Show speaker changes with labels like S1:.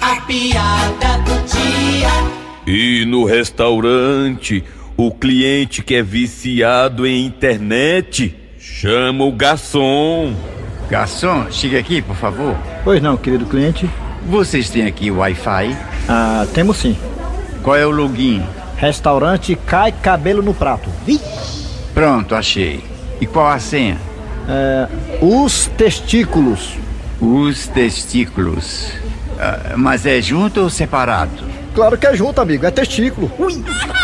S1: A piada do dia.
S2: E no restaurante, o cliente que é viciado em internet chama o garçom.
S3: Garçom, chega aqui, por favor.
S4: Pois não, querido cliente.
S3: Vocês têm aqui o Wi-Fi?
S4: Ah, temos sim.
S3: Qual é o login?
S4: Restaurante Cai Cabelo no Prato. Vi?
S3: Pronto, achei. E qual a senha?
S4: É, os testículos.
S3: Os testículos. Ah, mas é junto ou separado?
S4: Claro que é junto, amigo. É testículo. Ui!